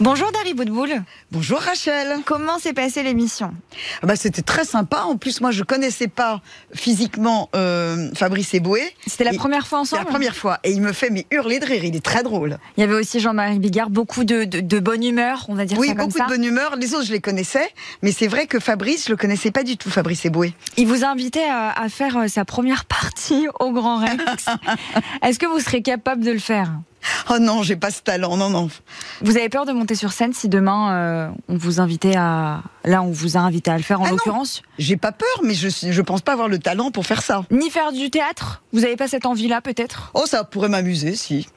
Bonjour Dari Boudboul. Bonjour Rachel. Comment s'est passée l'émission Ah bah, C'était très sympa. En plus, moi, je connaissais pas physiquement euh, Fabrice Eboué. C'était la Et- première fois C'est ensemble la première fois. Et il me fait mais hurler de rire. Il est très drôle. Il y avait aussi Jean-Marie Bigard, beaucoup de, de- de bonne humeur, on va dire Oui, ça comme beaucoup ça. de bonne humeur. Les autres, je les connaissais. Mais c'est vrai que Fabrice, je le connaissais pas du tout, Fabrice Eboué. Il vous a invité à, à faire euh, sa première partie au Grand Rex. Est-ce que vous serez capable de le faire Oh non, j'ai pas ce talent. Non, non. Vous avez peur de monter sur scène si demain euh, on vous invitait à... Là, on vous a invité à le faire en Ah non. l'occurrence. J'ai pas peur, mais je, suis- je pense pas avoir le talent pour faire ça. Ni faire du théâtre Vous n'avez pas cette envie-là peut-être Oh, ça pourrait m'amuser, si.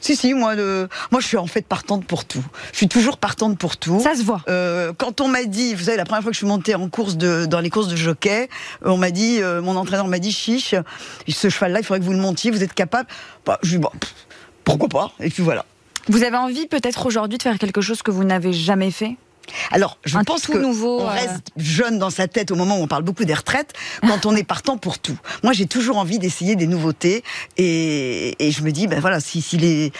Si, si, moi, le... moi, je suis en fait partante pour tout. Je suis toujours partante pour tout. Ça se voit. Euh, quand on m'a dit, vous savez, la première fois que je suis montée en course de, dans les courses de jockey, euh, on m'a dit, euh, mon entraîneur m'a dit, chiche, ce cheval-là, il faudrait que vous le montiez, vous êtes capable. Bah, je lui ai dit, Bah, pff, pourquoi pas Et puis voilà. Vous avez envie peut-être aujourd'hui de faire quelque chose que vous n'avez jamais fait Alors, je Un pense tout que nouveau, on euh, reste jeune dans sa tête au moment où on parle beaucoup des retraites, quand on est partant pour tout. Moi, j'ai toujours envie d'essayer des nouveautés et, et je me dis, ben voilà, si, si les...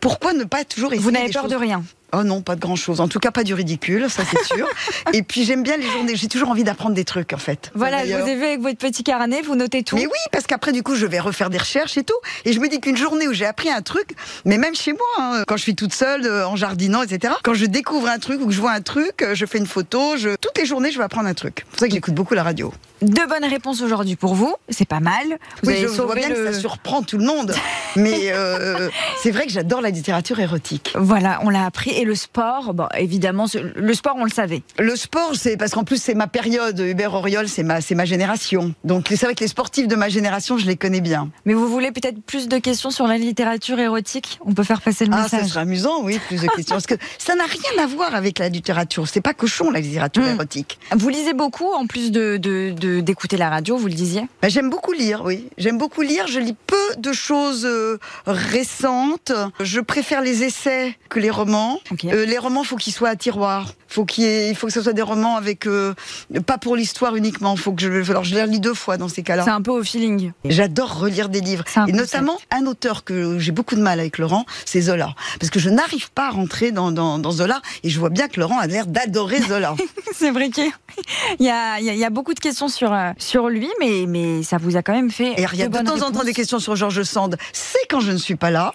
Pourquoi ne pas toujours essayer Vous n'avez des peur choses de rien Oh non, pas de grand chose. En tout cas, pas du ridicule, ça c'est sûr. et puis j'aime bien les journées. J'ai toujours envie d'apprendre des trucs en fait. Voilà, je D'ailleurs. vous ai vu avec votre petit carnet, vous notez tout. Mais oui, parce qu'après du coup, je vais refaire des recherches et tout. Et je me dis qu'une journée où j'ai appris un truc, mais même chez moi, hein, quand je suis toute seule euh, en jardinant, etc. Quand je découvre un truc ou que je vois un truc, euh, je fais une photo. Je... Toutes les journées, je vais apprendre un truc. C'est pour ça que j'écoute beaucoup la radio. Deux bonnes réponses aujourd'hui pour vous, c'est pas mal. Vous oui, avez je sauvé vois bien le- que ça surprend tout le monde. mais euh, c'est vrai que j'adore la littérature érotique. Voilà, on l'a appris. Et le sport, bon, évidemment, ce- le sport, on le savait. Le sport, c'est parce qu'en plus c'est ma période. Hubert Auriol, c'est ma, c'est ma génération. Donc c'est vrai que les sportifs de ma génération, je les connais bien. Mais vous voulez peut-être plus de questions sur la littérature érotique On peut faire passer le Ah, ça message. serait amusant, oui, plus de questions. parce que ça n'a rien à voir avec la littérature. C'est pas cochon la littérature Mm. érotique. Vous lisez beaucoup, en plus de, de- de- d'écouter la radio, vous le disiez. Ben, j'aime beaucoup lire, oui. J'aime beaucoup lire. Je lis peu de choses euh, récentes. Je préfère les essais que les romans. Ok. Euh, les romans, faut qu'ils soient à tiroir. Faut qu'il y ait- il faut que ce soit des romans avec euh, pas pour l'histoire uniquement. Faut que je, alors je les relis deux fois dans ces cas-là. c'est un peu au feeling. J'adore relire des livres. C'est un Et concept. notamment, un auteur que j'ai beaucoup de mal avec Laurent, c'est Zola. Parce que je n'arrive pas à rentrer dans, dans, dans Zola. Et je vois bien que Laurent a l'air d'adorer Zola. c'est vrai qu'il y a, il y a- il y a beaucoup de questions sur, euh, sur lui, mais, mais ça vous a quand même fait. Et il y a de bonnes temps en temps réponses. des questions sur Georges Sand. C'est quand je ne suis pas là.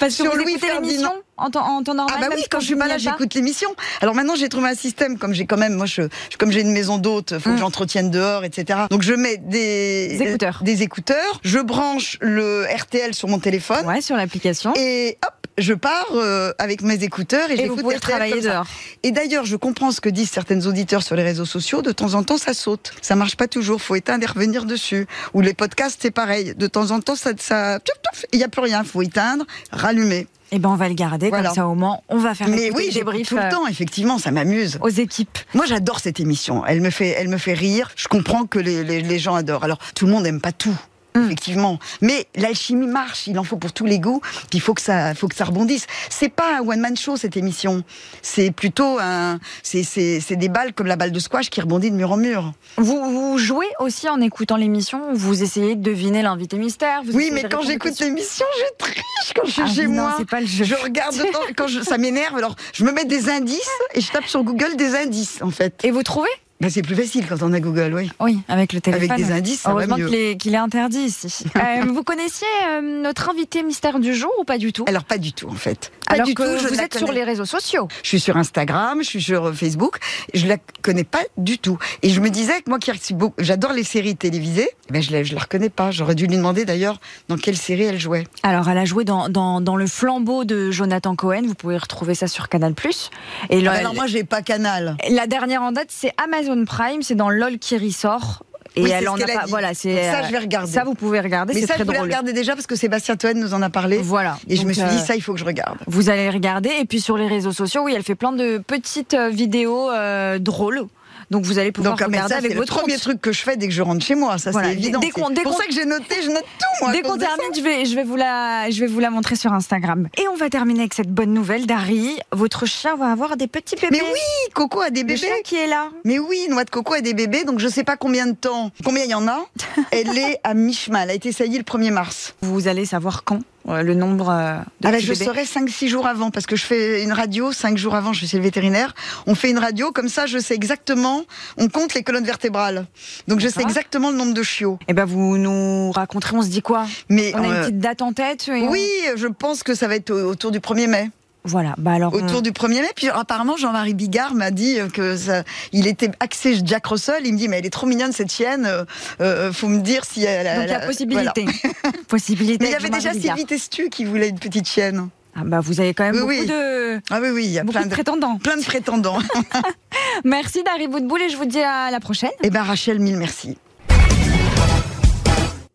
Parce que sur vous Louis écoutez Ferdinand. l'émission en temps, en temps normal. Ah bah même oui, quand je suis vous n'y malade, êtes pas j'écoute l'émission. Alors maintenant, j'ai trouvé un système, comme j'ai quand même, moi, je, je- comme j'ai une maison d'hôte, faut Mm. que j'entretienne dehors, etc. Donc je mets des, Des écouteurs. des écouteurs. Je branche le RTL sur mon téléphone. Ouais, sur l'application. Et hop, je pars euh, avec mes écouteurs et, Et, vous j'écoute pouvez RTL travailler comme ça. dehors. Et d'ailleurs, je comprends ce que disent certaines auditeurs sur les réseaux sociaux. De temps en temps, ça saute. Ça marche pas toujours. Faut éteindre et revenir dessus. Ou les podcasts, c'est pareil. De temps en temps, ça, ça, piouf, piouf, il y a plus rien. Faut éteindre, rallumer. Eh ben, on va le garder Voilà. comme ça au moins. On va faire Mais écouter oui, le j'écoute débrief, tout euh, le temps. Effectivement, ça m'amuse. aux équipes. Moi, j'adore cette émission. Elle me fait, elle me fait rire. Je comprends que les, les- les gens adorent. Alors, tout le monde n'aime pas tout. Mm. Effectivement, mais l'alchimie marche. Il en faut pour tous les goûts. Il faut que ça, faut que ça rebondisse. C'est pas un one man show cette émission. C'est plutôt un, c'est- c'est c'est des balles comme la balle de squash qui rebondit de mur en mur. Vous, vous jouez aussi en écoutant l'émission. Vous essayez de deviner l'invité mystère. vous Oui, essayez de mais quand répondre aux j'écoute questions. l'émission, je triche quand je suis Ah oui, chez non, moi. c'est pas le jeu. Je regarde dedans, quand je- ça m'énerve. Alors, je me mets des indices et je tape sur Google des indices en fait. Et vous trouvez Ben, c'est plus facile quand on a Google, oui. Oui, avec le téléphone. Avec des indices, ça va Heureusement mieux. qu'il est, qu'il est interdit ici. Euh, vous connaissiez euh, notre invité mystère du jour ou pas du tout Alors pas du tout en fait. Pas Alors du que tout, je vous la êtes sur connais- les réseaux sociaux. Je suis sur Instagram, je suis sur euh, Facebook, je la connais pas du tout. Et je me disais que moi qui suis beau- j'adore les séries télévisées, ben je la, je la reconnais pas. J'aurais dû lui demander d'ailleurs dans quelle série elle jouait. Alors, elle a joué dans, dans, dans le flambeau de Jonathan Cohen. Vous pouvez retrouver ça sur Canal+. Ah Et là, alors moi j'ai pas Canal. La dernière en date, c'est Amazon Prime, c'est dans LOL qui ressort. Et Oui, c'est elle ce en a qu'elle a pas. dit. Voilà, Donc c'est. ça je vais euh, regarder. ça, vous pouvez regarder, Mais c'est ça très je voulais drôle. regarder déjà parce que Sébastien Toen nous en a parlé. Voilà. Et je Donc, me suis dit euh, ça il faut que je regarde. Vous allez regarder. Et puis sur les réseaux sociaux, oui, elle fait plein de petites euh, vidéos euh, drôles. Donc vous allez pouvoir Donc, ah, mais regarder ça, avec c'est le votre premier compte. truc que je fais dès que je rentre chez moi, ça Voilà, c'est dès- évident. dès qu'on- C'est dès pour qu'on- ça que je noté, je note tout. Moi, à Dès qu'on cause de ça. termine, je vais, je, vais vous la, je vais vous la montrer sur Instagram. Et on va terminer avec cette bonne nouvelle, Dari. Votre chien va avoir des petits bébés. Mais oui, Coco a des Le bébés. chien qui est là. Mais oui, Noix de Coco a des bébés, donc je sais pas combien de temps, combien il y en a. Elle est à mi-chemin, elle a été saillie le 1er mars. Vous allez savoir quand euh, le nombre euh, de Ah bah, petits je bébés. saurai 5-6 jours avant, parce que je fais une radio, 5 jours avant, je suis chez le vétérinaire. On fait une radio, comme ça je sais exactement, on compte les colonnes vertébrales. Donc je sais D'accord. exactement le nombre de chiots. Eh ben vous nous raconterez, on se dit quoi Mais On a une euh, petite date en tête et on- oui, je pense que ça va être au- autour du 1er mai. Voilà, bah alors. on- Autour du 1er mai. Puis apparemment, Jean-Marie Bigard m'a dit euh, que ça, il était axé Jack Russell. Il me dit, mais elle est trop mignonne cette chienne. euh, euh, faut me dire si elle a. Donc la elle a- voilà. possibilité. possibilité. Mais il y avec avait Jean-Marie déjà Bigard. Sylvie Testu qui voulait une petite chienne. Ah bah vous avez quand même Oui, beaucoup, oui. De... Ah oui, oui, il y a beaucoup plein de de, prétendants. plein de prétendants. Merci Dari Boudboul et je vous dis à la prochaine. Eh ben Rachel, mille merci.